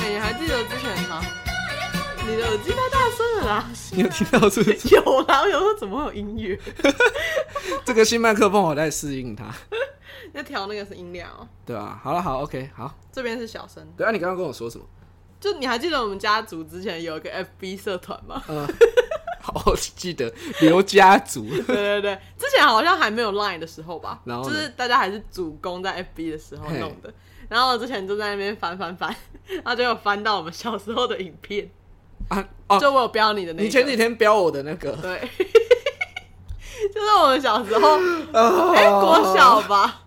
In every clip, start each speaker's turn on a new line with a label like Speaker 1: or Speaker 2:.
Speaker 1: 哎，你还记得之前吗？你的耳机太大声了啦！
Speaker 2: 你有听到是不是？
Speaker 1: 有啦，我有时候怎么会有音乐？
Speaker 2: 这个新麦克风我在适应它，
Speaker 1: 要调那个是音量哦、
Speaker 2: 对吧、啊好了，好，OK，好。
Speaker 1: 这边是小声。
Speaker 2: 对啊，你刚刚跟我说什么？
Speaker 1: 就你还记得我们家族之前有一个 FB 社团吗？
Speaker 2: 呃好，我记得刘家族。
Speaker 1: 对对对，之前好像还没有 Line 的时候吧，
Speaker 2: 然后
Speaker 1: 就
Speaker 2: 呢
Speaker 1: 是大家还是主攻在 FB 的时候
Speaker 2: 嘿
Speaker 1: 弄的。然后我之前就在那边翻翻 翻，然后就有翻到我们小时候的影片，
Speaker 2: 啊哦，
Speaker 1: 就我有标你的那个。
Speaker 2: 你前几天标我的那个，
Speaker 1: 对， 就是我们小时 候，
Speaker 2: 啊
Speaker 1: 哎、国小吧，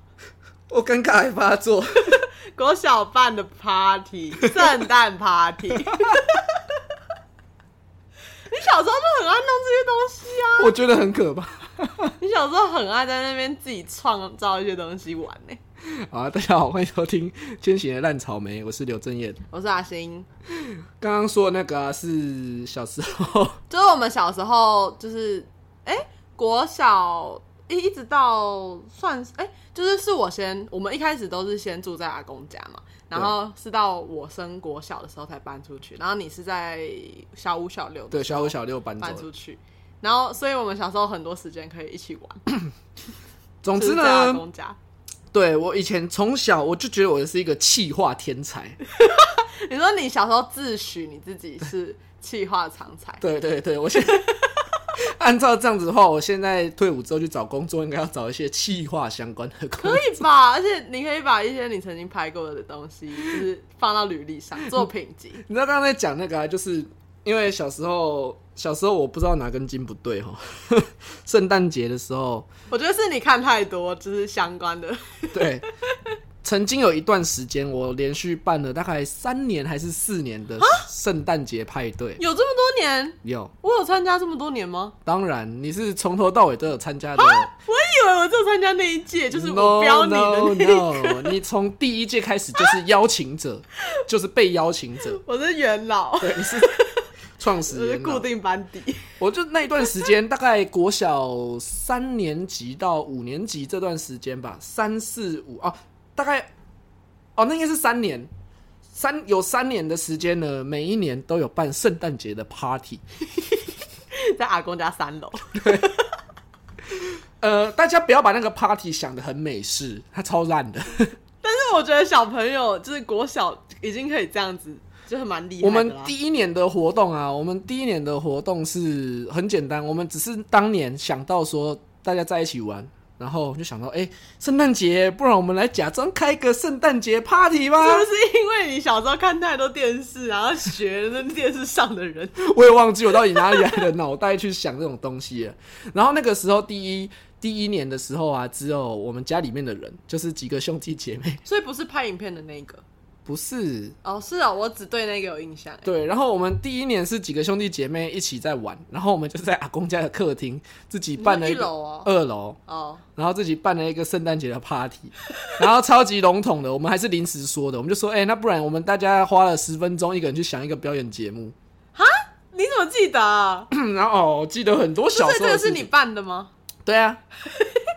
Speaker 2: 我尴尬癌发作，
Speaker 1: 国小办的 party，圣诞 party。你小时候就很爱弄这些东西啊！
Speaker 2: 我觉得很可怕。
Speaker 1: 你小时候很爱在那边自己创造一些东西玩呢、
Speaker 2: 好啊，大家好，欢迎收听《千禧的烂草莓》，我是刘正业。
Speaker 1: 我是阿星，
Speaker 2: 刚刚说的那个、啊、是小时候，
Speaker 1: 就是我们小时候就是，哎、国小一一直到算是，哎、就是是我先，我们一开始都是先住在阿公家嘛，然后是到我升国小的时候才搬出去，然后你是在小五小六的
Speaker 2: 对，小五小六搬
Speaker 1: 搬
Speaker 2: 走
Speaker 1: 出
Speaker 2: 了。
Speaker 1: 去。然后，所以我们小时候很多时间可以一起玩。
Speaker 2: 总之
Speaker 1: 就是在阿
Speaker 2: 呢，
Speaker 1: 公家，
Speaker 2: 对我以前从小我就觉得我是一个气化天才，
Speaker 1: 你说你小时候自诩你自己是气化常才，
Speaker 2: 对对对，我 现在按照这样子的话，我现在退伍之后去找工作，应该要找一些气化相关的工
Speaker 1: 可以吧？而且你可以把一些你曾经拍过的东西，就是放到履历上
Speaker 2: 嗯
Speaker 1: 作品集。
Speaker 2: 你知道刚刚在讲那个、啊，就是因为小时候，小时候我不知道哪根筋不对哈。 圣诞节的时候，
Speaker 1: 我觉得是你看太多，就是相关的。
Speaker 2: 对，曾经有一段时间，我连续办了大概三年还是四年
Speaker 1: 啊
Speaker 2: 的圣诞节派对。
Speaker 1: 有这么多年，
Speaker 2: 有，
Speaker 1: 我有参加这么多年吗？
Speaker 2: 当然你是从头到尾都有参加的。
Speaker 1: 我以为我只有参加那一届，就是
Speaker 2: No,
Speaker 1: 我标你的那
Speaker 2: no,
Speaker 1: 一
Speaker 2: no，你从第一届开始就是邀请者， 就是被邀请者。
Speaker 1: 我是元老，我
Speaker 2: 对，你是创始
Speaker 1: 是
Speaker 2: 人啊。
Speaker 1: 呃固定班底。
Speaker 2: 我就那一段时间，大概国小三年级到五年级这段时间吧，三四五哦，大概哦，那应该是三年，三有三年的时间呢，每一年都有办圣诞节的 party。
Speaker 1: 在阿公家三楼，
Speaker 2: 呃，大家不要把那个 party 想的很美式，它超烂的。
Speaker 1: 但是我觉得小朋友就是国小已经可以这样子，就是蛮厉害
Speaker 2: 我
Speaker 1: 的
Speaker 2: 们
Speaker 1: 啦
Speaker 2: 第一年的活动啊，我们第一年的活动是很简单，我们只是当年想到说大家在一起玩，然后就想到，哎、圣诞节，不然我们来假装开个圣诞节 party 吧。
Speaker 1: 是不是因为你小时候看太多电视，然后学那电视上的人？
Speaker 2: 我也忘记我到底哪里来的脑袋去想这种东西了。然后那个时候，第一第一年的时候啊，只有我们家里面的人，就是几个兄弟姐妹，
Speaker 1: 所以不是拍影片的那个
Speaker 2: 不是
Speaker 1: 哦，是哦，我只对那个有印象。哎
Speaker 2: 对。然后我们第一年是几个兄弟姐妹一起在玩，然后我们就在阿公家的客厅自己办了
Speaker 1: 你
Speaker 2: 一
Speaker 1: 说一
Speaker 2: 个
Speaker 1: 楼哦
Speaker 2: 二楼，
Speaker 1: 哦，
Speaker 2: 然后自己办了一个圣诞节的 party，然 后超级笼统的，我们还是临时说的，我们就说，哎、那不然我们大家花了十分钟，一个人去想一个表演节目，
Speaker 1: 你怎么记得、啊？
Speaker 2: 然后哦，我记得很多小
Speaker 1: 所以
Speaker 2: 时
Speaker 1: 这
Speaker 2: 候的
Speaker 1: 个
Speaker 2: 事
Speaker 1: 是
Speaker 2: 情
Speaker 1: 你办的吗？
Speaker 2: 对啊，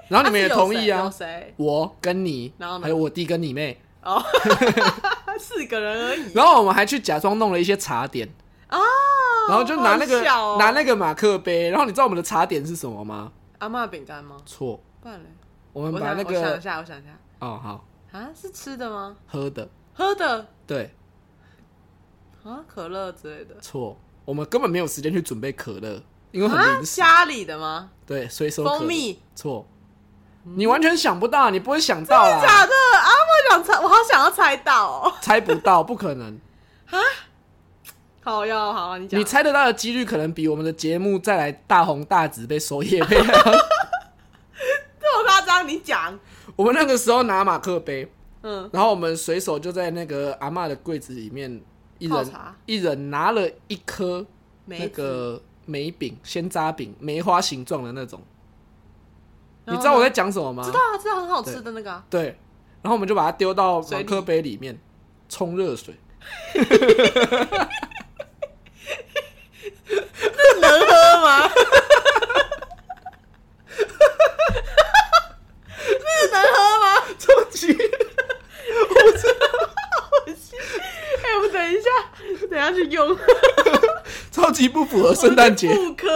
Speaker 2: 然后你们也
Speaker 1: 啊是有
Speaker 2: 同意
Speaker 1: 谁有
Speaker 2: 啊，
Speaker 1: 谁？
Speaker 2: 我跟你
Speaker 1: 然后，呢
Speaker 2: 还有我弟跟你妹，
Speaker 1: 哦，四个人而已
Speaker 2: 然后我们还去假装弄了一些茶点，
Speaker 1: 啊。
Speaker 2: 然后就拿那
Speaker 1: 好
Speaker 2: 个
Speaker 1: 好笑哦
Speaker 2: 拿那个马克杯，然后你知道我们的茶点是什么吗？
Speaker 1: 阿妈饼干吗？
Speaker 2: 错，
Speaker 1: 不然嘞，
Speaker 2: 我
Speaker 1: 我
Speaker 2: 们把
Speaker 1: 想
Speaker 2: 那
Speaker 1: 我想一
Speaker 2: 个
Speaker 1: 下，我想一下
Speaker 2: 哦好
Speaker 1: 啊，是吃的吗？
Speaker 2: 喝的，
Speaker 1: 喝的
Speaker 2: 对，
Speaker 1: 啊，可乐之类的
Speaker 2: 错，我们根本没有时间去准备可乐，因为很
Speaker 1: 啊，
Speaker 2: 临时，
Speaker 1: 家里的吗？
Speaker 2: 对，随手可得
Speaker 1: 蜂，蜜。
Speaker 2: 错，你完全想不到，你不会想到
Speaker 1: 真的假
Speaker 2: 啊，
Speaker 1: 的啊！我想猜，我好想要猜到哦。
Speaker 2: 猜不到，不可能，
Speaker 1: 好要好，你讲。
Speaker 2: 你猜得到的几率可能比我们的节目再来大红大紫被收业 配还要
Speaker 1: 这么夸张？你讲。
Speaker 2: 我们那个时候拿马克杯，
Speaker 1: 嗯，
Speaker 2: 然后我们随手就在那个阿嬷的柜子里面，一
Speaker 1: 泡
Speaker 2: 人
Speaker 1: 茶
Speaker 2: 一人拿了一颗那
Speaker 1: 梅子。
Speaker 2: 个梅饼、鲜渣饼，梅花形状的那种。
Speaker 1: 然后呢
Speaker 2: 你知道我在讲什么吗？
Speaker 1: 嗯知道啊，知道很好吃的那个啊。
Speaker 2: 对，然后我们就把它丢到
Speaker 1: 水
Speaker 2: 马
Speaker 1: 里
Speaker 2: 克杯里面冲热水，
Speaker 1: 这能喝吗？ 这能喝 吗？
Speaker 2: 超级
Speaker 1: 哎，我们等一下，
Speaker 2: 级不符合 圣诞 节，
Speaker 1: 妇科，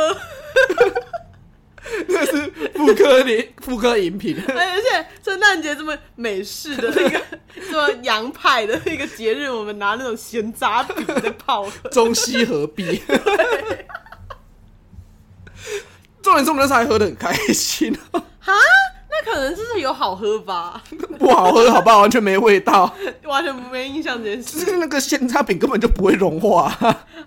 Speaker 2: 那是妇科饮妇科饮品。
Speaker 1: 哎 而且圣诞节这么美式的那个 这么洋派的那个节日，我们拿那种咸杂笔在泡喝，
Speaker 2: 中西合璧。重点是我们那时候还喝得很开心、
Speaker 1: 哈，那可能就是有好喝吧，
Speaker 2: 不好喝，好不好？完全没味道，
Speaker 1: 完全没印象这件
Speaker 2: 就
Speaker 1: 事，
Speaker 2: 是那个鲜榨饼根本就不会融化、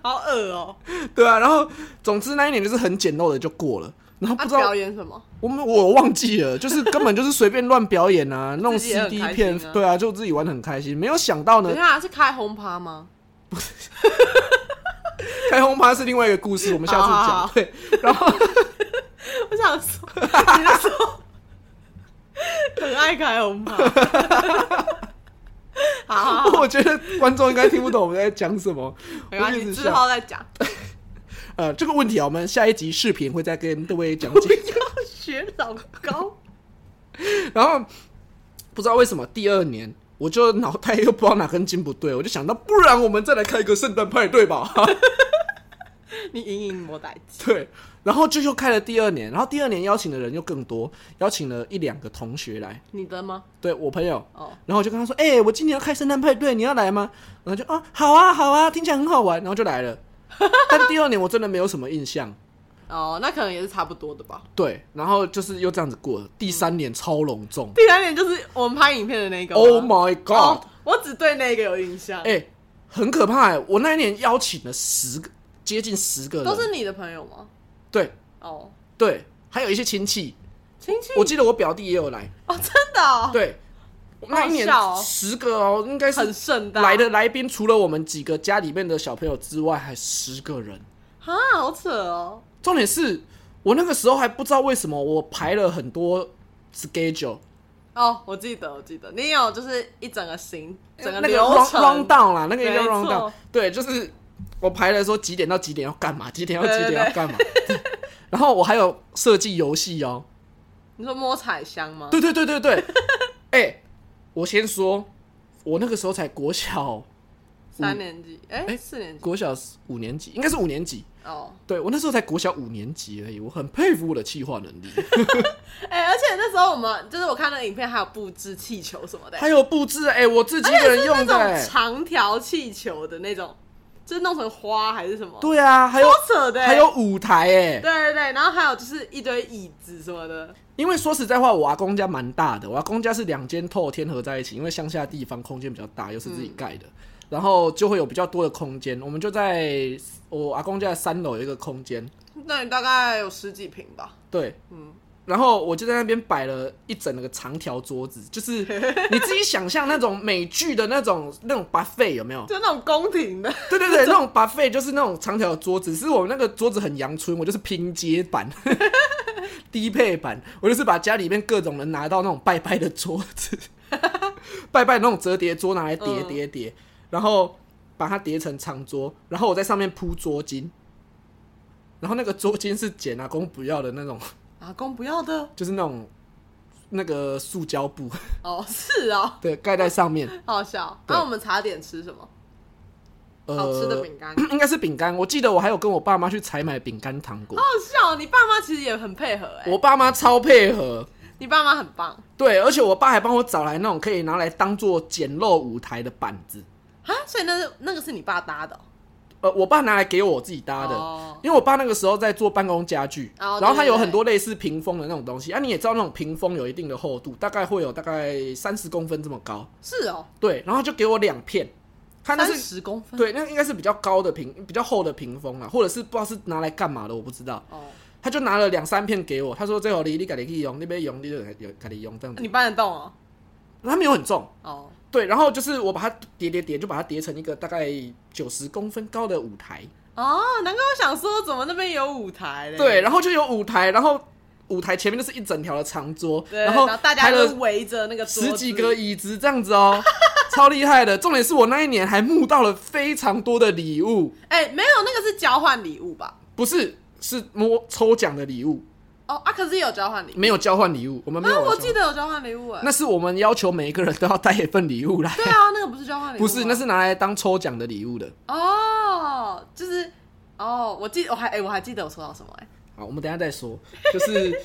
Speaker 1: 好恶哦、
Speaker 2: 对啊。然后，总之那一年就是很简陋的就过了。然后
Speaker 1: 他、
Speaker 2: 不知道、
Speaker 1: 啊表演什么？
Speaker 2: 我们我忘记了，就是根本就是随便乱表 演啊，弄
Speaker 1: 自己也很
Speaker 2: CD
Speaker 1: 开心啊
Speaker 2: 片，对啊，就自己玩的很开心。没有想到
Speaker 1: 等一
Speaker 2: 呢，
Speaker 1: 下是开轰趴吗？
Speaker 2: 开轰趴是另外一个故事，我们下次
Speaker 1: 好好
Speaker 2: 讲
Speaker 1: 好。
Speaker 2: 对，然后
Speaker 1: 我想 说，你那时候很爱开轰趴。 好好好，
Speaker 2: 我觉得观众应该听不懂我们在讲什么，
Speaker 1: 没关
Speaker 2: 我就
Speaker 1: 系，
Speaker 2: 一直
Speaker 1: 之
Speaker 2: 笑
Speaker 1: 后再 讲。
Speaker 2: 呃，这个问题啊，我们下一集视频会再跟各位 讲解。
Speaker 1: 学长高，
Speaker 2: 然后不知道为什么第二年，我就脑袋又不知道哪根筋不对，我就想到，不然我们再来开一个圣诞派对吧？
Speaker 1: 你隐隐摸代机，
Speaker 2: 对，然后就又开了第二年，然后第二年邀请的人又更多，邀请了一两个同学来，
Speaker 1: 你的吗？
Speaker 2: 对我朋友。
Speaker 1: 哦，
Speaker 2: 然后我就跟他说：“哎、我今年要开圣诞派对，你要来吗？”然后就啊，好啊，好啊，听起来很好玩，然后就来了。但第二年我真的没有什么印象，
Speaker 1: 哦，那可能也是差不多的吧。
Speaker 2: 对，然后就是又这样子过了。第三年超隆重
Speaker 1: 第三点就是我们拍影片的那个吗。
Speaker 2: ，Oh my God！、
Speaker 1: 啊哦，我只对那个有印象。
Speaker 2: 哎、很可怕哎、我那一年邀请了十个，接近十个人，
Speaker 1: 都是你的朋友吗？
Speaker 2: 对
Speaker 1: 哦，
Speaker 2: 对，还有一些亲戚。
Speaker 1: 亲戚。
Speaker 2: 我记得我表弟也有来，
Speaker 1: 哦，真的、嗯哦，，
Speaker 2: 对，我那一年
Speaker 1: 好笑哦
Speaker 2: 十个哦，应该
Speaker 1: 很啊
Speaker 2: 是
Speaker 1: 盛大。
Speaker 2: 来的来宾除了我们几个家里面的小朋友之外，还十个人。
Speaker 1: 啊，好扯哦。
Speaker 2: 重点是我那个时候还不知道为什么我排了很多 schedule，
Speaker 1: 哦，我记得，我记得，你有就是一整个行，整
Speaker 2: 哎那个
Speaker 1: 流
Speaker 2: round
Speaker 1: 程。
Speaker 2: round down 啦，那个一定要
Speaker 1: 没
Speaker 2: round
Speaker 1: 错
Speaker 2: down，对，就是我排了说几点到几点要干嘛，几点到几
Speaker 1: 对对
Speaker 2: 点要
Speaker 1: 对
Speaker 2: 干嘛， 然后我还有设计游戏哦，
Speaker 1: 你说摸彩箱吗？
Speaker 2: 对对对对对，哎、我先说，我那个时候才国小
Speaker 1: 三年级，哎、
Speaker 2: 哎
Speaker 1: 四年级。
Speaker 2: 国小五年级，应该是五年级，
Speaker 1: 哦，
Speaker 2: 对我那时候才国小五年级而已，我很佩服我的企划能力，
Speaker 1: 哎、而且那时候我们就是我看那个影片，还有布置气球什么的、
Speaker 2: 还有布置，哎、我自己一
Speaker 1: 而且
Speaker 2: 个
Speaker 1: 是
Speaker 2: 人用的、
Speaker 1: 那
Speaker 2: 哎
Speaker 1: 种长条气球的那种，就是弄成花还是什么，
Speaker 2: 对啊，还有
Speaker 1: 超扯的、欸
Speaker 2: 还有舞台、哎。
Speaker 1: 对对对，然后还有就是一堆椅子什么的，
Speaker 2: 因为说实在话，我阿公家蛮大的，我阿公家是两间透天合在一起，因为乡下地方空间比较大，又是自己盖的，然后就会有比较多的空间。我们就在我阿公家的三楼有一个空间，
Speaker 1: 那你大概有十几平吧？
Speaker 2: 对，
Speaker 1: 嗯，
Speaker 2: 然后我就在那边摆了一整个长条桌子，就是你自己想象那种美剧的那种那种 buffet 有没有？
Speaker 1: 就那种宫廷的，
Speaker 2: 对对对，那种 buffet 就是那种长条桌子，是我那个桌子很阳春，我就是拼接版、 低配版，我就是把家里面各种人拿到那种拜拜的桌子， 拜拜那种折叠桌拿来叠
Speaker 1: 嗯
Speaker 2: 叠叠，然后把它叠成长桌，然后我在上面铺桌巾，然后那个桌巾是捡阿公不要的那种，
Speaker 1: 阿公不要的
Speaker 2: 就是那种那个塑胶布，
Speaker 1: 哦，是哦，
Speaker 2: 对，盖在上面。
Speaker 1: 好好笑。
Speaker 2: 对
Speaker 1: 那我们茶点吃什么？
Speaker 2: 呃，
Speaker 1: 好吃的饼干，
Speaker 2: 应该是饼干，我记得我还有跟我爸妈去采买饼干糖果
Speaker 1: 好。好笑哦。你爸妈其实也很配合哎、
Speaker 2: 我爸妈超配合，
Speaker 1: 你爸妈很棒
Speaker 2: 对，而且我爸还帮我找来那种可以拿来当做简陋舞台的板子，
Speaker 1: 啊，所以那是那个是你爸搭的哦、
Speaker 2: 呃，我爸拿来给我自己搭的。
Speaker 1: 哦
Speaker 2: 因为我爸那个时候在做办公家具，
Speaker 1: 哦
Speaker 2: 然后他
Speaker 1: 对对
Speaker 2: 有
Speaker 1: 对
Speaker 2: 很多类似屏风的那种东西啊，你也知道那种屏风有一定的厚度，大概会有大概三十公分这么高，
Speaker 1: 是哦，
Speaker 2: 对，然后就给我两片，他那
Speaker 1: 三
Speaker 2: 是
Speaker 1: 十公分
Speaker 2: 对，那应该是比较高的屏，比较厚的屏风啦，啊或者是不知道是拿来干嘛的，我不知道。
Speaker 1: 哦，
Speaker 2: 他就拿了两三片给我，他说这好你你赶紧去用，那边用你就有赶紧用这样子
Speaker 1: 你。搬得动哦，
Speaker 2: 他没有很重，
Speaker 1: 哦，
Speaker 2: 对，然后就是我把它叠叠叠，就把它叠成一个大概九十公分高的舞台，
Speaker 1: 哦，难怪我想说怎么那边有舞台嘞？
Speaker 2: 对，，然后就有舞台，然后舞台前面就是一整条的长桌，
Speaker 1: 对，
Speaker 2: 后
Speaker 1: 大
Speaker 2: 排
Speaker 1: 家
Speaker 2: 了
Speaker 1: 都围着那个桌
Speaker 2: 十
Speaker 1: 子
Speaker 2: 几个椅子这样子哦，超厉害的。重点是我那一年还募到了非常多的礼物，
Speaker 1: 哎、没有，那个是交换礼物吧？
Speaker 2: 不是是摸抽奖的礼物，
Speaker 1: 哦啊，可是有交换礼物
Speaker 2: 没有交换礼物，我们没有
Speaker 1: 啊，
Speaker 2: 玩交换、
Speaker 1: 我记得有交换礼物哎、
Speaker 2: 那是我们要求每一个人都要带一份礼物来，
Speaker 1: 啊对啊，那个不是交换礼物吗，
Speaker 2: 不是，那是拿来当抽奖的礼物的。
Speaker 1: 哦，就是哦，我记我还哎、我还记得我收到什么哎、
Speaker 2: 好，我们等一下再说。就是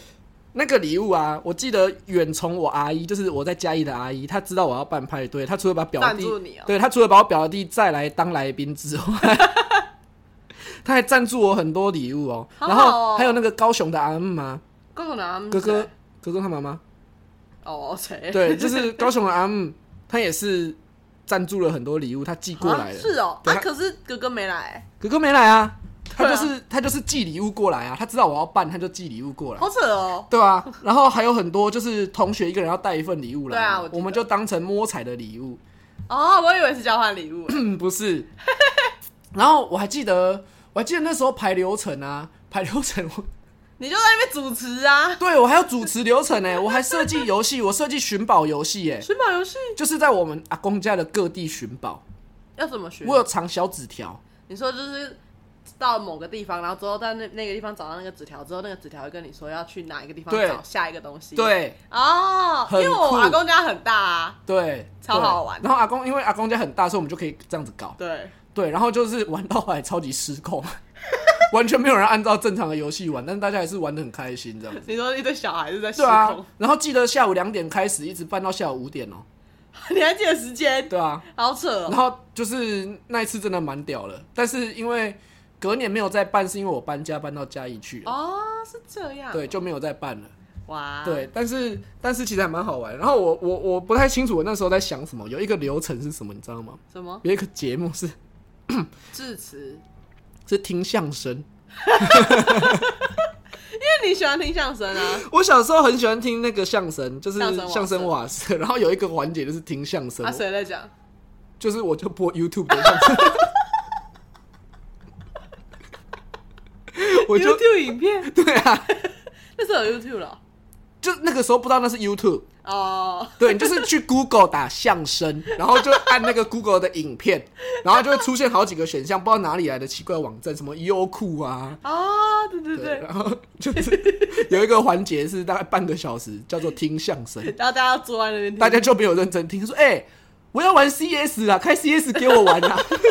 Speaker 2: 那个礼物啊，我记得远从我阿姨，就是我在嘉义的阿姨，她知道我要办派对，她除了把表
Speaker 1: 赞
Speaker 2: 弟，
Speaker 1: 助你哦
Speaker 2: 对她除了把我表弟再来当来宾之外，她还赞助我很多礼物哦。
Speaker 1: 好好
Speaker 2: 然
Speaker 1: 哦嗯
Speaker 2: 后还有那个高雄的阿姆啊，
Speaker 1: 哥哥呢？
Speaker 2: 哥哥哥哥他妈妈，
Speaker 1: 哦谁？
Speaker 2: 对，就是高雄的阿姆，他也是赞助了很多礼物，他寄过 来
Speaker 1: 啊
Speaker 2: 了。
Speaker 1: 是哦，
Speaker 2: 对
Speaker 1: 啊
Speaker 2: 他
Speaker 1: 可是哥哥没来、欸
Speaker 2: 哥哥没来啊，他
Speaker 1: 对
Speaker 2: 就
Speaker 1: 啊
Speaker 2: 是、他就是寄礼物过来啊，他知道我要办，他就寄礼物过来。
Speaker 1: 好扯哦，
Speaker 2: 对啊，然后还有很多就是同学一个人要带一份礼物来嘛，
Speaker 1: 对啊我记得
Speaker 2: 我们就当成摸彩的礼物，
Speaker 1: 哦我以为是交换礼 物哎、
Speaker 2: 嗯，不是。然后我还记得，我还记得那时候排流程啊，排流程 我，，
Speaker 1: 你就在那边主持啊
Speaker 2: 对我还要主持流程呢、我还设计游戏，我设计寻宝游戏哎，
Speaker 1: 寻宝游戏
Speaker 2: 就是在我们阿公家的各地寻宝，
Speaker 1: 要怎么寻？
Speaker 2: 我有藏小纸条，
Speaker 1: 你说就是到某个地方，然后之后在那那个地方找到那个纸条之后，那个纸条会跟你说要去哪一个地方
Speaker 2: 对
Speaker 1: 找下一个东西。，
Speaker 2: 对
Speaker 1: 哦，因
Speaker 2: 很
Speaker 1: 为我
Speaker 2: 酷
Speaker 1: 阿公家很大啊，
Speaker 2: 对，
Speaker 1: 超
Speaker 2: 对
Speaker 1: 好玩
Speaker 2: 然后阿公因为阿公家很大，所以我们就可以这样子搞，
Speaker 1: 对，
Speaker 2: 对，然 后就是玩到后来超级失控，完全没有人按照正常的游戏玩，但是大家还是玩的很开心这样子。
Speaker 1: 你说一堆小孩子在失
Speaker 2: 对啊
Speaker 1: 控，，
Speaker 2: 然后记得下午两点开始，一直办到下午五点哦、
Speaker 1: 你还记得时间？
Speaker 2: 对啊，
Speaker 1: 好扯
Speaker 2: 然
Speaker 1: 哦，
Speaker 2: 后就是那一次真的蛮屌了，但是因为隔年没有再办，是因为我搬家搬到嘉义去了，
Speaker 1: 哦，啊是这样，
Speaker 2: 对，，就没有再办了。
Speaker 1: 哇，
Speaker 2: 对，，但是但是其实还蛮好玩的。然后我我我不太清楚我那时候在想什么，有一个流程是什么，你知道吗？
Speaker 1: 什么
Speaker 2: 有一个节目是
Speaker 1: 致辞？
Speaker 2: 是听相声，
Speaker 1: 因为你喜欢听相声啊，
Speaker 2: 我小时候很喜欢听那个相声，就是
Speaker 1: 相声瓦舍
Speaker 2: 相声瓦舍，然后有一个环节就是听相声，
Speaker 1: 啊，谁在讲？
Speaker 2: 就是我就播 YouTube 的相声，我就
Speaker 1: YouTube 影片，
Speaker 2: 对啊，
Speaker 1: 那时候有 YouTube 了
Speaker 2: 就那个时候不知道那是 YouTube，
Speaker 1: 哦，
Speaker 2: 对，你就是去 Google 打相声，然后就按那个 Google 的影片，然后就会出现好几个选项，不知道哪里来的奇怪网站，什么优酷啊，
Speaker 1: 哦，对对
Speaker 2: 对，
Speaker 1: 对，
Speaker 2: 然后就是有一个环节是大概半个小时，叫做听相声，
Speaker 1: 然后大家要坐在那边听，
Speaker 2: 大家就没有认真听，他说：“哎、我要玩 CS 啊，开 CS 给我玩啊。”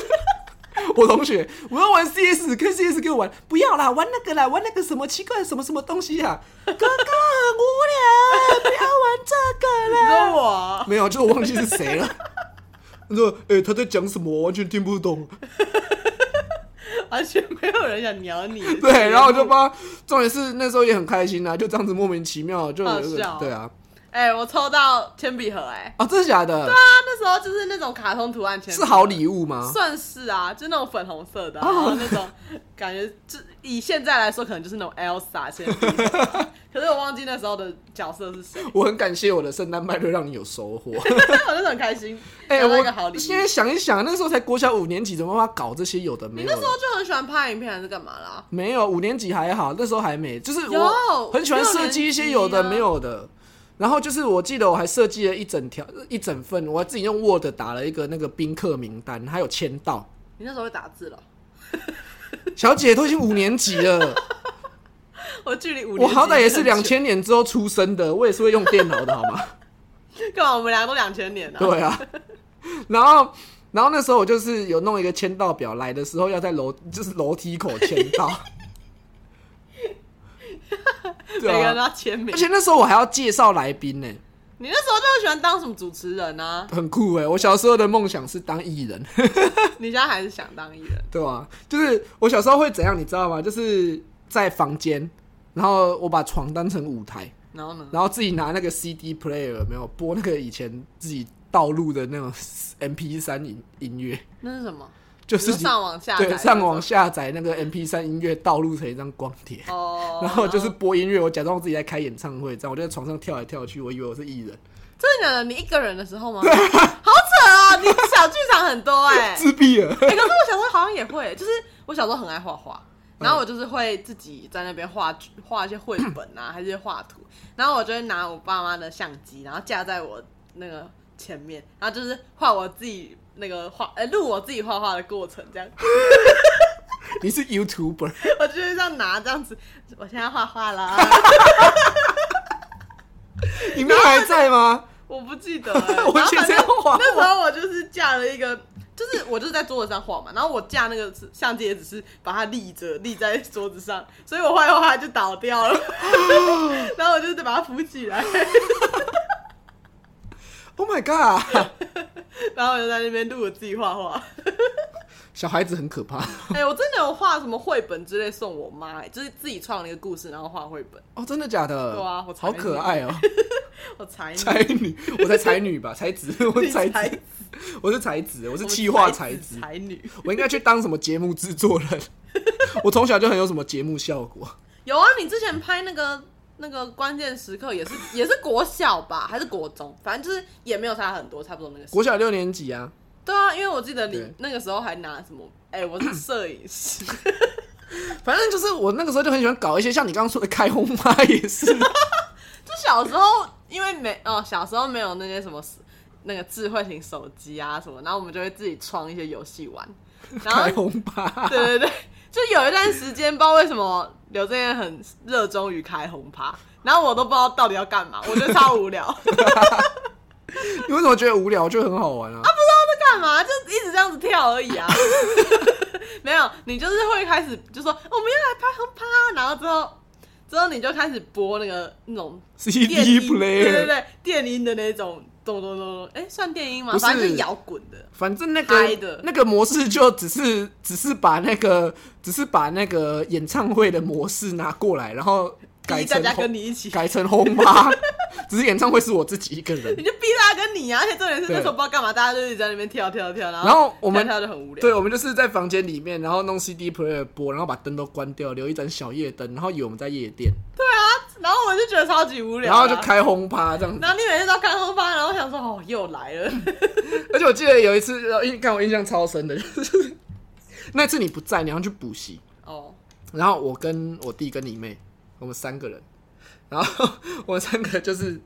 Speaker 2: 我同学，我要玩 CS，开 CS 给我玩，不要啦，玩那个啦，玩那个什么奇怪的什么什么东西啊，哥哥很无聊，不要玩这个
Speaker 1: 你
Speaker 2: 啦。
Speaker 1: 说我，
Speaker 2: 没有，就是我忘记是谁了。 他说：“哎、他在讲什么？我完全听不懂。
Speaker 1: 完全没有人想鸟你”，
Speaker 2: 对，然后我就帮他。重点是那时候也很开心啊，就这样子莫名其妙就有一
Speaker 1: 好
Speaker 2: 个
Speaker 1: 笑哦
Speaker 2: 对啊
Speaker 1: 哎、我抽到铅笔盒、哎，
Speaker 2: 啊，真的假的？
Speaker 1: 啊，那时候就是那种卡通图案铅笔，
Speaker 2: 是好礼物吗？
Speaker 1: 算是啊，就那种粉红色的、啊，
Speaker 2: 哦
Speaker 1: 然后那种感觉，就以现在来说，可能就是那种 Elsa 铅笔 盒啊，可是我忘记那时候的角色是谁，
Speaker 2: 我很感谢我的圣诞派对让你有收获。
Speaker 1: 我那时候很开心，
Speaker 2: 哎、
Speaker 1: 得到一个好
Speaker 2: 我
Speaker 1: 礼物。
Speaker 2: 现在想一想，那时候才国小五年级，怎么办法搞这些有的
Speaker 1: 你
Speaker 2: 没有
Speaker 1: 那时
Speaker 2: 的？
Speaker 1: 候就很喜欢拍影片还是干嘛啦？
Speaker 2: 没有五年级还好，那时候还没，就是我
Speaker 1: 有
Speaker 2: 很喜欢设计一些有的没有的。
Speaker 1: 啊
Speaker 2: 然后就是我记得我还设计了一整条一整份，我还自己用 Word 打了一个那个宾客名单，还有签到。
Speaker 1: 你那时候会打字了？
Speaker 2: 小姐都已经五年级了，
Speaker 1: 我距 离五年
Speaker 2: 我
Speaker 1: 级
Speaker 2: 好歹也是
Speaker 1: 很久
Speaker 2: 两，千年之后出生的，我也是会用电脑的好吗？
Speaker 1: 干嘛？我们两个都两千年的、
Speaker 2: 对啊， 然后然后那时候我就是有弄一个签到表，来的时候要在楼就是楼梯口签 到，
Speaker 1: 每
Speaker 2: 对
Speaker 1: 个人都
Speaker 2: 啊，
Speaker 1: 要签名
Speaker 2: 而。且那时候我还要介绍来宾呢、
Speaker 1: 你那时候就很喜欢当什么主持人啊？
Speaker 2: 很酷哎、我小时候的梦想是当艺人，
Speaker 1: 你现在还是想当艺人？
Speaker 2: 对吧、就是我小时候会怎样，你知道吗？就是在房间，然后我把床当成舞台，
Speaker 1: 然后呢？
Speaker 2: 然后自己拿那个 CD player 有没有播那个以前自己道路的那种 MP 三音音乐，
Speaker 1: 那是什么？
Speaker 2: 就
Speaker 1: 你
Speaker 2: 是
Speaker 1: 说上网下载
Speaker 2: 对
Speaker 1: 的
Speaker 2: 上网下载那个 MP 三音乐道路成一张光碟，
Speaker 1: 哦，
Speaker 2: 然后就是播音乐，我假装我自己在开演唱会，这样我就在床上跳来跳去，我以为我是艺人，
Speaker 1: 真的假的？你一个人的时候吗？好扯啊！你小剧场很多 哎、
Speaker 2: 自闭了。
Speaker 1: 哎可是我小时候好像也会，就是我小时候很爱画画，然后我就是会自己在那边画画一些绘本 啊，还是画图，然后我就会拿我爸妈的相机，然后架在我那个前面，然后就是画我自己那个画，呃、录我自己画画的过程，这样，
Speaker 2: 你是 YouTuber，
Speaker 1: 我就是这样拿这样子，我现在画画 了，
Speaker 2: 你们还在吗？
Speaker 1: 我不记得、欸，
Speaker 2: 我以前这样
Speaker 1: 然后
Speaker 2: 画
Speaker 1: 反正那时候我就是架了一个就是我就是在桌子上晃嘛，然后我架那个相机也只是把它立着立在桌子上，所以我晃一晃它就倒掉 了，然后我就是把它扶起来，
Speaker 2: Oh my god！
Speaker 1: 然后我就在那边录我自己画画。
Speaker 2: 小孩子很可怕
Speaker 1: 哎、我真的有画什么绘本之类送我妈、哎就是自己创了一个故事，然后画绘本。
Speaker 2: 哦，真的假的？
Speaker 1: 对啊我才
Speaker 2: 好可爱哦，
Speaker 1: 我才女，
Speaker 2: 才女，我才才女吧，才 子，我是才
Speaker 1: 才
Speaker 2: 子，我是才子，我是气化才子，
Speaker 1: 才女。
Speaker 2: 我应该去当什么节目制作人？我从小就很有什么节目效果，
Speaker 1: 有啊，你之前拍那个那个关键时刻也是也是国小吧，还是国中，反正就是也没有差很多，差不多那个时候。
Speaker 2: 国小六年级啊，
Speaker 1: 对啊，因为我记得你
Speaker 2: 对
Speaker 1: 那个时候还拿什么，哎、我 是摄影师，
Speaker 2: 反正就是我那个时候就很喜欢搞一些像你刚刚说的开轰趴也是，
Speaker 1: 就小时候因为没哦，小时候没有那些什么那个智慧型手机啊什么，然后我们就会自己创一些游戏玩，然后
Speaker 2: 开轰趴，
Speaker 1: 对对对，就有一段时间，不知道为什么刘正燕很热衷于开红趴，然后我都不知道到底要干嘛，我觉得超无 聊，不知道
Speaker 2: 你为什么觉得无聊？就很好玩啊，
Speaker 1: 在干嘛，就一直这样子跳而已啊。没有，你就是会开始就说哦我们要来拍红趴，然后之后之后你就开始播那个那种
Speaker 2: 是
Speaker 1: 电
Speaker 2: CD
Speaker 1: 音，对对
Speaker 2: player，
Speaker 1: 对，电音的那种咚咚咚咚，哎、算电音吗
Speaker 2: 不？是
Speaker 1: 反正就是摇滚的。
Speaker 2: 反正那
Speaker 1: 嗨的
Speaker 2: 个那个模式就只是只是把那个只是把那个演唱会的模式拿过来，然后改
Speaker 1: 逼大
Speaker 2: 成
Speaker 1: 家
Speaker 2: 轰
Speaker 1: 跟你一起，
Speaker 2: 改 成轰趴，只是演唱会是我自己一个
Speaker 1: 你
Speaker 2: 人。
Speaker 1: 就逼大家跟你啊！而且重点是那时候不知道干嘛，大家就一直在那边跳跳跳，然后
Speaker 2: 然后我们
Speaker 1: 跳跳就很无聊。
Speaker 2: 对，我们就是在房间里面，然后弄 CD player 播，然后把灯都关掉，留一盏小夜灯，然后以为我们在夜店，
Speaker 1: 然后我就觉得超级无聊
Speaker 2: 然
Speaker 1: 啊，
Speaker 2: 后就开轰趴这样子。
Speaker 1: 然后你每次都看轰趴，然后我想说哦又来了，
Speaker 2: 而且我记得有一次，呃印让我印象超深的，就是 那次你不在，你要去补习，
Speaker 1: 哦
Speaker 2: 然后我跟我弟跟你妹，我们三个人，然后 我们三个就是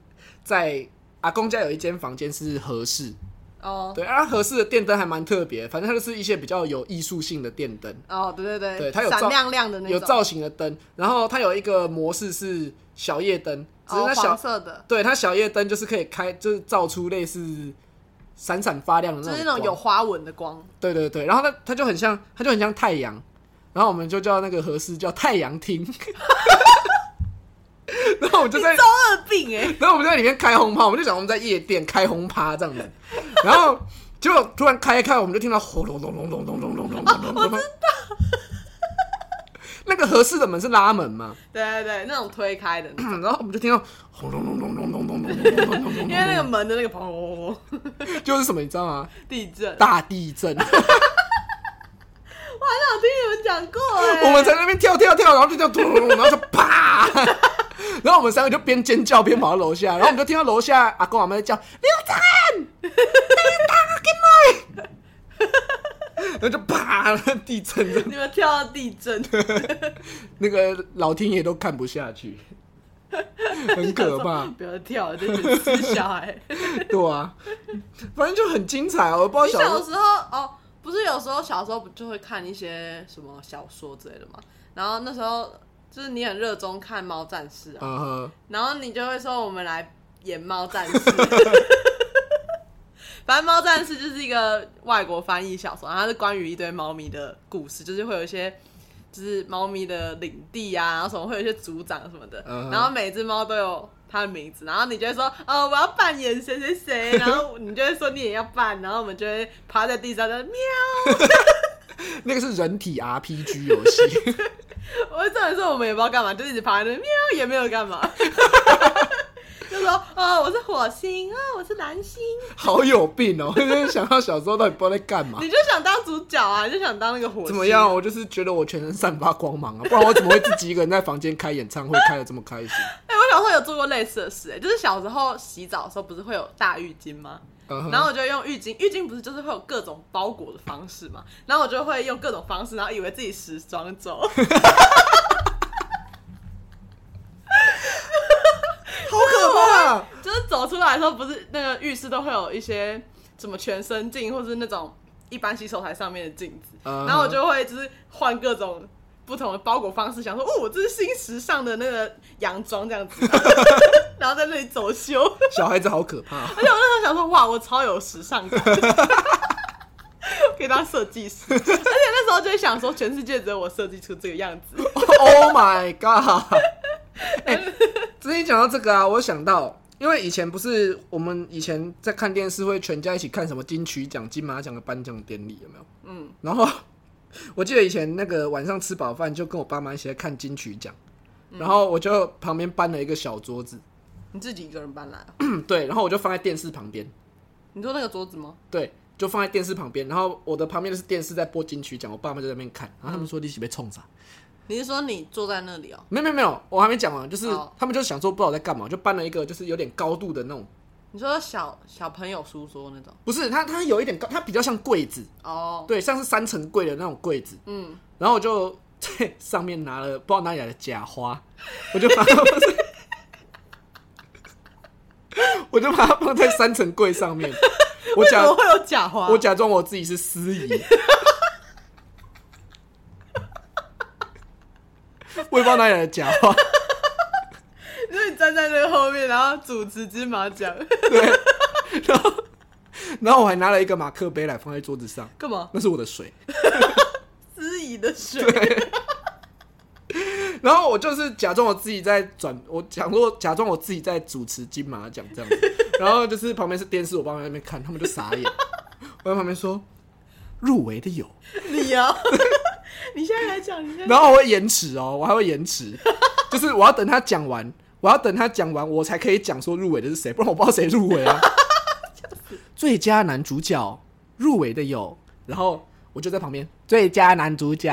Speaker 2: 在阿公家有一间房间是合适，
Speaker 1: 哦
Speaker 2: 对，啊，合适的电灯还蛮特别，反正它就是一些比较有艺术性的电灯，
Speaker 1: 哦对对对，
Speaker 2: 对它有
Speaker 1: 闪
Speaker 2: 照
Speaker 1: 亮亮的那种，
Speaker 2: 有造型的灯，然后它有一个模式是小夜灯，只是
Speaker 1: 哦
Speaker 2: 它小、
Speaker 1: 黄色的，
Speaker 2: 对它小夜灯就是可以开，就是照出类似闪闪发亮的
Speaker 1: 就
Speaker 2: 那
Speaker 1: 是
Speaker 2: 种
Speaker 1: 那种
Speaker 2: 光
Speaker 1: 有花纹的 光，
Speaker 2: 对对对，然后它它就很像，它就很像太阳，然后我们就叫那个合适叫太阳厅，然后我们就在
Speaker 1: 中，二病哎，
Speaker 2: 然后我们就在里面开轰趴，我们就想我们在夜店开轰趴这样的，然后结果突然开一开，我们就听到轰隆隆隆隆隆隆隆隆隆隆隆，那个合适的门是拉门嘛，
Speaker 1: 对对对，那种推开的，
Speaker 2: 然后我们就听到轰隆隆隆隆隆隆隆隆隆隆隆
Speaker 1: 因为那个
Speaker 2: 隆，
Speaker 1: 门的那个砰砰砰砰
Speaker 2: 就是什么你知道吗？
Speaker 1: 地震，我
Speaker 2: 大地震，
Speaker 1: 好像有听你们讲过
Speaker 2: 我
Speaker 1: 哎，
Speaker 2: 们在那边跳跳跳，然后就叫咚咚咚，然后就啪，然后我们三个就边尖叫边跑到楼下，然后我们就听到楼下阿公阿妈在叫刘展，刘展给妹，然后就啪，地震了，
Speaker 1: 你们跳到地震，，
Speaker 2: 那个老天爷都看不下去，很 可怕
Speaker 1: 不要跳，这是死小孩。
Speaker 2: 对啊，反正就很精彩 哦，我不
Speaker 1: 你
Speaker 2: 知道小
Speaker 1: 小
Speaker 2: 时候
Speaker 1: 时候哦，不是有时候小时候不就会看一些什么小说之类的嘛？然后那时候就是你很热衷看《猫战士》啊，
Speaker 2: 嗯哼，
Speaker 1: 然后你就会说我们来演《猫战 士》。反正《猫战士》就是一个外国翻译小说，然后它是关于一堆猫咪的故事，就是会有一些就是猫咪的领地啊，然后什么会有一些组长什么的，
Speaker 2: 嗯哼
Speaker 1: 然后每只猫都有它的名字，然后你就会说，哦，我要扮演谁谁谁，然后你就会说你也要扮，然后我们就会趴在地上在喵。
Speaker 2: 那个是人体 RPG 游戏，
Speaker 1: 我重点是我们也不知道干嘛，就一直趴在那边喵，也没有干嘛。 就说哦，我是火星啊、我是蓝星，
Speaker 2: 好有病哦，就是想到小时候到底不知道在干嘛
Speaker 1: 你。就想当主角啊，你就想当那个火星。
Speaker 2: 怎么样？？我就是觉得我全身散发光芒啊，不然我怎么会自己一个人在房间开演唱会，开的这么开心？
Speaker 1: 哎、我小时候有做过类似的事、哎，就是小时候洗澡的时候不是会有大浴巾吗？
Speaker 2: 嗯哼
Speaker 1: 然后我就用浴巾，浴巾不是就是会有各种包裹的方式嘛，然后我就会用各种方式，然后以为自己时装周，
Speaker 2: 好可怕、啊！
Speaker 1: 就是走出来的时候，不是那个浴室都会有一些什么全身镜，或是那种一般洗手台上面的镜子，
Speaker 2: 嗯哼
Speaker 1: 然后我就会就是换各种不同的包裹方式，想说哦，我这是新时尚的那个洋装这样子，啊 然后在那里走秀，
Speaker 2: 小孩子好可怕、啊
Speaker 1: 而且我那时候想说哇，我超有时尚感。可以当设计师，而且那时候就会想说，全世界只有我设计出这个样子。
Speaker 2: Oh my god！哎、之前讲到这个啊，我想到，因为以前不是我们以前在看电视会全家一起看什么金曲奖、金马奖的颁奖典礼，有没有？
Speaker 1: 嗯，
Speaker 2: 然后我记得以前那个晚上吃饱饭，就跟我爸妈一起在看金曲奖，
Speaker 1: 嗯
Speaker 2: 然后我就旁边搬了一个小桌子，
Speaker 1: 你自己一个人搬来哦、
Speaker 2: 嗯，对，然后我就放在电视旁边，
Speaker 1: 你说那个桌子吗？
Speaker 2: 对，就放在电视旁边，然后我的旁边的是电视在播金曲奖，我爸妈就在那边看，然后他们说你一起被冲啥？
Speaker 1: 你是说你坐在那里哦、
Speaker 2: 没有没有没有，我还没讲完，就是、
Speaker 1: 哦
Speaker 2: 他们就想说不知道我在干嘛，就搬了一个就是有点高度的那种，
Speaker 1: 你说小小朋友书桌那种？
Speaker 2: 不是它它有一点高，它比较像柜子，
Speaker 1: 哦，
Speaker 2: 对，像是三层柜的那种柜子，
Speaker 1: 嗯，
Speaker 2: 然后我就在上面拿了不知道哪里来的假花，我就把它放在， 我就把它放在三层柜上面，我
Speaker 1: 为什
Speaker 2: 假
Speaker 1: 么会有假花？
Speaker 2: 我假装我自己是司仪。我也不知道哪里来的假话，
Speaker 1: 你说你站在那个后面，然后主持金马奖，
Speaker 2: 然后我还拿了一个马克杯来放在桌子上，
Speaker 1: 干嘛？
Speaker 2: 那是我的水。
Speaker 1: 司仪的水，
Speaker 2: 然后我就是假装我自己在转，我讲说假装我自己在主持金马奖这样子，然后就是旁边是电视，我爸妈在那边看，他们就傻眼。我在旁边说入围的有，
Speaker 1: 你哦， 你现在来讲， 你现在
Speaker 2: 然后我会延迟哦，我还会延迟， 就是我要等他讲完，我要等他讲完，我才可以讲说入围的是谁，不然我不知道谁入围啊。最佳男主角入围的有，然后我就在旁边，最佳男主角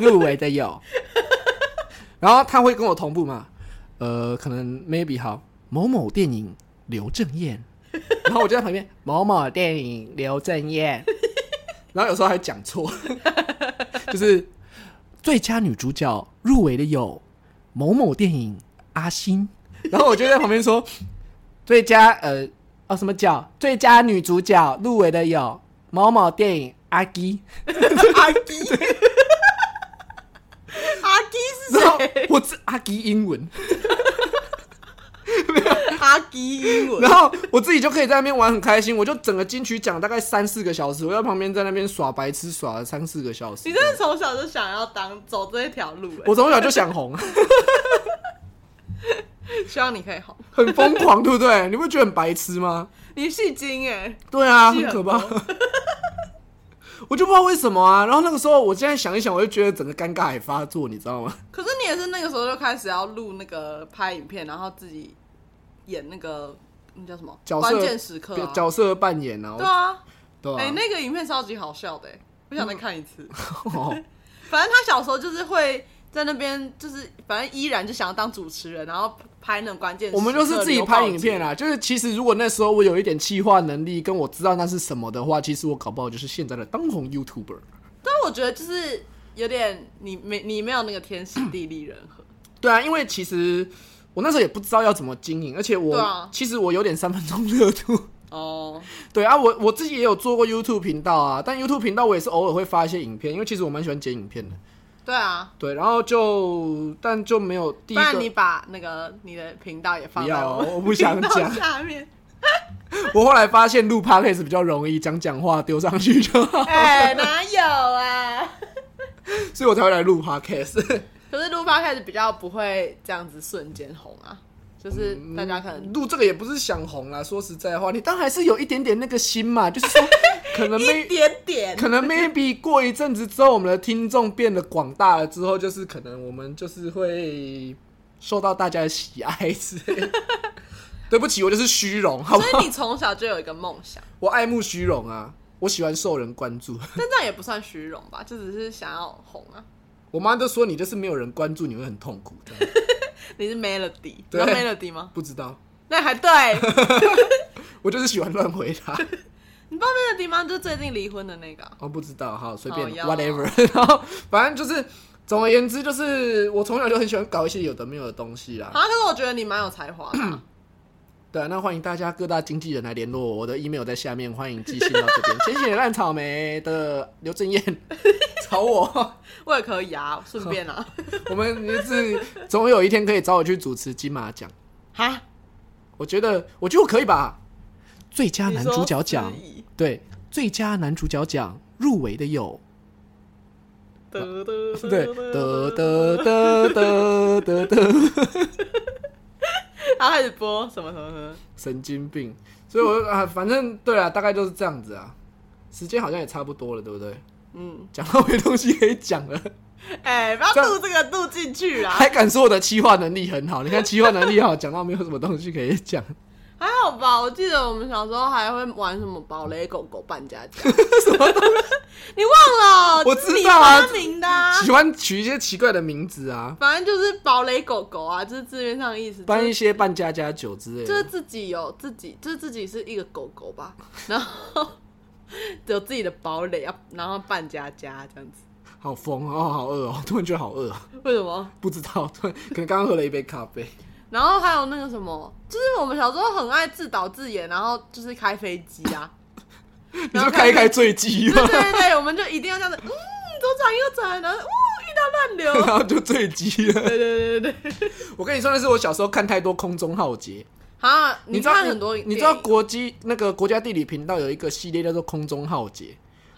Speaker 2: 入围的有，然后他会跟我同步嘛？呃，可能 maybe 好某某电影刘正燕，然后我就在旁边某某电影刘正燕，然后有时候还讲错， 就是最佳女主角入围的有某某电影 阿星，然后我就在旁边说，最佳呃哦什么角，最佳女主角入围的有某某电影阿基，
Speaker 1: 阿基，阿基是
Speaker 2: 然后
Speaker 1: 谁？
Speaker 2: 我这阿基英文，
Speaker 1: 阿基英文
Speaker 2: 然后我自己就可以在那边玩很开心，我就整个金曲奖大概三四个小时，我在旁边在那边耍白痴耍了三四个小时
Speaker 1: 你，真的从小就想要当走这一条路、欸，
Speaker 2: 我从小就想红，
Speaker 1: 希望你可以好。
Speaker 2: 很疯狂，对不对？你不觉得很白痴吗？
Speaker 1: 你戏精哎、
Speaker 2: 对啊，
Speaker 1: 是
Speaker 2: 很可怕
Speaker 1: 很 多。
Speaker 2: 我就不知道为什么啊。然后那个时候，我现在想一想，我就觉得整个尴尬也发作，你知道吗？
Speaker 1: 可是你也是那个时候就开始要录那个拍影片，然后自己演那个那叫什么
Speaker 2: 角色
Speaker 1: 关键时刻、啊，
Speaker 2: 角色扮演啊，
Speaker 1: 对啊，
Speaker 2: 对啊，
Speaker 1: 哎、那个影片超级好笑的、欸，我想再看一次。
Speaker 2: 哦
Speaker 1: 反正他小时候就是会在那边，就是反正依然就想要当主持人，然后拍那种关键时刻。
Speaker 2: 我们就是自己拍影片
Speaker 1: 啊，
Speaker 2: 啦。就是其实如果那时候我有一点企划能力，跟我知道那是什么的话，其实我搞不好就是现在的当红 YouTuber。
Speaker 1: 但我觉得就是有点你没你没有那个天时地利人 和。
Speaker 2: 对啊，因为其实我那时候也不知道要怎么经营，而且我、
Speaker 1: 对啊
Speaker 2: 其实我有点三分钟热度。
Speaker 1: 哦，
Speaker 2: 对啊，我我自己也有做过 YouTube 频道啊，但 YouTube 频道我也是偶尔会发一些影片，因为其实我蛮喜欢剪影片的。
Speaker 1: 对啊，
Speaker 2: 对，然后就但就没有第一
Speaker 1: 不然你
Speaker 2: 个，
Speaker 1: 把那个你的频道也放
Speaker 2: 不
Speaker 1: 在
Speaker 2: 要
Speaker 1: 们
Speaker 2: 我不想
Speaker 1: 频道
Speaker 2: 讲
Speaker 1: 下 面。
Speaker 2: 我后来发现录 podcast 比较容易，讲讲话丢上去就好，
Speaker 1: 哎、哪有啊？
Speaker 2: 所以我才会来录 podcast。
Speaker 1: 可是录 p 开始比较不会这样子瞬间红啊，就是大家可能、
Speaker 2: 录这个也不是想红啦，说实在话，你当然还是有一点点那个心嘛，就是说可 能
Speaker 1: 一
Speaker 2: may
Speaker 1: 点点
Speaker 2: 嗯可能 maybe 过一阵子之后，我们的听众变得广大了之后，就是可能我们就是会受到大家的喜爱 之类的。对不起，我就是虚荣，好不
Speaker 1: 所
Speaker 2: 好？
Speaker 1: 以你从小就有一个梦想，
Speaker 2: 我爱慕虚荣啊，我喜欢受人关注。
Speaker 1: 但这样也不算虚荣吧，就只是想要红啊。
Speaker 2: 我妈就说你就是没有人关注，你会很痛苦。这样
Speaker 1: 你是 Melody，你知
Speaker 2: 对
Speaker 1: 道 Melody 吗？
Speaker 2: 不知道，
Speaker 1: 那还 对，
Speaker 2: 我就是喜欢乱回答。
Speaker 1: 你知道 Melody 吗？就是最近离婚的那个啊、
Speaker 2: 哦，不知道，好，随便、
Speaker 1: 哦要
Speaker 2: whatever。然 后反正就是，总而言之，就是我从小就很喜欢搞一些有的没有的东西啦。
Speaker 1: 好像可是我觉得你蛮有才华的啊、
Speaker 2: 对啊，那欢迎大家各大经纪人来联络我，我的 email 在下面，欢迎寄信到这 边。前几年烂草莓的刘正燕找我，
Speaker 1: 我也可以啊，顺便啊，
Speaker 2: 我们就是总有一天可以找我去主持金马奖。
Speaker 1: 哈，
Speaker 2: 我觉得，我觉得我可以吧。最佳
Speaker 1: 你
Speaker 2: 男
Speaker 1: 说
Speaker 2: 主角奖
Speaker 1: 司，仪
Speaker 2: 对，最佳男主角奖入围的有
Speaker 1: 得得得
Speaker 2: 啊 对
Speaker 1: 得
Speaker 2: 得得得得得得，
Speaker 1: 然后开始播什么什么什么，
Speaker 2: 神经病。所以我就啊，反正对啊，大概就是这样子啊。时间好像也差不多了，对不对？
Speaker 1: 嗯，
Speaker 2: 讲到没东西可以讲了，
Speaker 1: 哎，不要
Speaker 2: 这样
Speaker 1: 录这个录进去啊啦，
Speaker 2: 还敢说我的企划能力很好？你看企划能力好， 讲到没有什么东西可以讲，
Speaker 1: 还好吧？我记得我们小时候还会玩什么堡垒狗狗扮家家，
Speaker 2: 什么东西
Speaker 1: 你忘了？
Speaker 2: 我
Speaker 1: 这是
Speaker 2: 知
Speaker 1: 你
Speaker 2: 道啊
Speaker 1: 发明的啊、
Speaker 2: 喜欢取一些奇怪的名字啊，
Speaker 1: 反正就是堡垒狗狗啊，就是字面上的意思，就
Speaker 2: 搬一
Speaker 1: 是
Speaker 2: 些半家家酒之类
Speaker 1: 就是
Speaker 2: 的。
Speaker 1: 自己有自己，就是自己是一个狗狗吧，然后 有自己的堡垒，要然后扮家家这样子。
Speaker 2: 好疯哦，好饿哦，突然觉得好饿啊！
Speaker 1: 为什么？
Speaker 2: 不知道，突然可能刚刚喝了一杯咖 啡。
Speaker 1: 然后还有那个什么，就是我们小时候很爱自导自演，然后就是开飞机啊，
Speaker 2: 你说开一开醉鸡吗
Speaker 1: 对？对对，我们就一定要这样子，嗯，左转右转，然后哦遇到乱
Speaker 2: 然
Speaker 1: 流，
Speaker 2: 后就醉鸡了。
Speaker 1: 对对对对对。
Speaker 2: 我跟你说，那是我小时候看太多空中浩劫。
Speaker 1: 啊，你
Speaker 2: 知道
Speaker 1: 看很多影
Speaker 2: 你知道
Speaker 1: 电影
Speaker 2: 国际那个国家地理频道有一个系列叫做《空中浩劫》，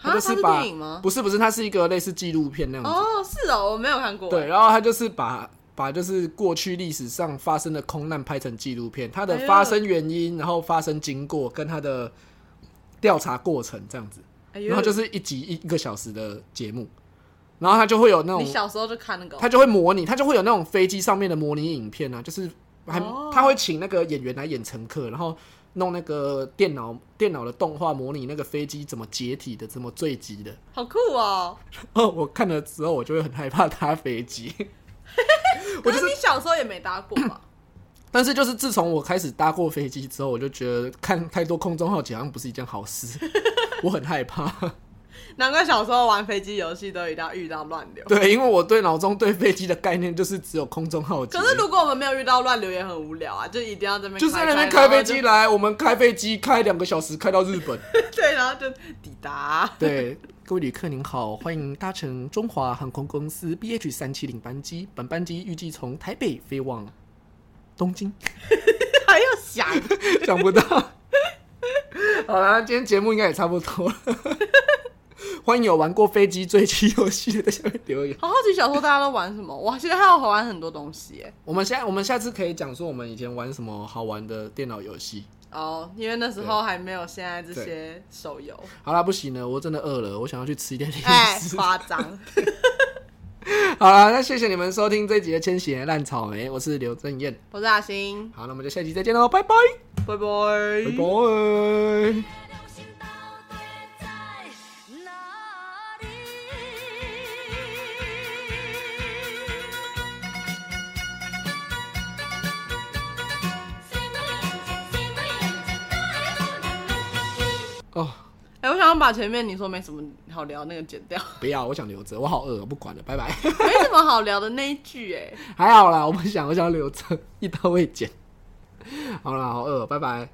Speaker 2: 它
Speaker 1: 啊
Speaker 2: 就
Speaker 1: 它是
Speaker 2: 把
Speaker 1: 电影吗
Speaker 2: 不是不是，它是一个类似纪录片那样子。
Speaker 1: 哦，是哦，我没有看过。
Speaker 2: 对，，然后它就是把把就是过去历史上发生的空难拍成纪录片，它的
Speaker 1: 哎呦
Speaker 2: 发生原因，然后发生经过跟它的调查过程这样子，
Speaker 1: 哎呦
Speaker 2: 然后就是一集一一个小时的节目，然后它就会有那种
Speaker 1: 你小时候就看那个哦，
Speaker 2: 他就会模拟，他就会有那种飞机上面的模拟影片啊，就是还、
Speaker 1: 哦
Speaker 2: 他会请那个演员来演乘客，然后弄那个电脑电脑的动画模拟那个飞机怎么解体的，怎么坠机的。
Speaker 1: 好酷哦。
Speaker 2: 哦，我看了之后我就会很害怕搭 飞机，
Speaker 1: 可是你小时候也没搭过 吧？
Speaker 2: 但是就是自从我开始搭过飞机之后，我就觉得看太多空中浩劫好像不是一件好事， 我很害怕。
Speaker 1: 难怪小时候玩飞机游戏都一定要遇到乱流。
Speaker 2: 对，因为我对脑中对飞机的概念就是只有空中浩劫。
Speaker 1: 可是如果我们没有遇到乱流，也很无聊啊，就一定要在那边
Speaker 2: 就
Speaker 1: 开
Speaker 2: 是在那边开飞机，来，我们开飞机开两个小时开到日本。
Speaker 1: 然后就 对，然后就抵达。
Speaker 2: 对，各位旅客您好，欢迎搭乘中华航空公司 BH 三七零班机，本班机预计从台北飞往东 京。
Speaker 1: 还要 想，
Speaker 2: 想不到，好啦，今天节目应该也差不 多了。欢迎有玩过飞机坠机游戏的在下面留言。
Speaker 1: 好好奇小时候大家都玩什么？哇，其实还有玩很多东西耶。
Speaker 2: 我们下我们下次可以讲说我们以前玩什么好玩的电脑游戏。
Speaker 1: 哦，因为那时候还没有现在这些手游，
Speaker 2: 好啦，不行了，我真的饿了，我想要去吃一点零
Speaker 1: 哎，
Speaker 2: 食。
Speaker 1: 夸张。
Speaker 2: 好啦，那谢谢你们收听这集的《千禧年烂草莓》，我是刘正燕。
Speaker 1: 我是阿星，
Speaker 2: 好，那我们就下期再见喽，拜拜，
Speaker 1: 拜拜，
Speaker 2: 拜
Speaker 1: 拜
Speaker 2: 拜。
Speaker 3: 良心到底在哪里？谁没眼睛？谁没眼睛？大海中的美丽。
Speaker 2: 哦，
Speaker 1: 哎、我想要把前面你说没什么好聊那个剪掉，
Speaker 2: 不要，我想留着，我好饿，我不管了，拜拜。
Speaker 1: 没什么好聊的那一句、哎。
Speaker 2: 还好啦，我不想，我想留着，一刀未剪。好啦，好饿，拜拜。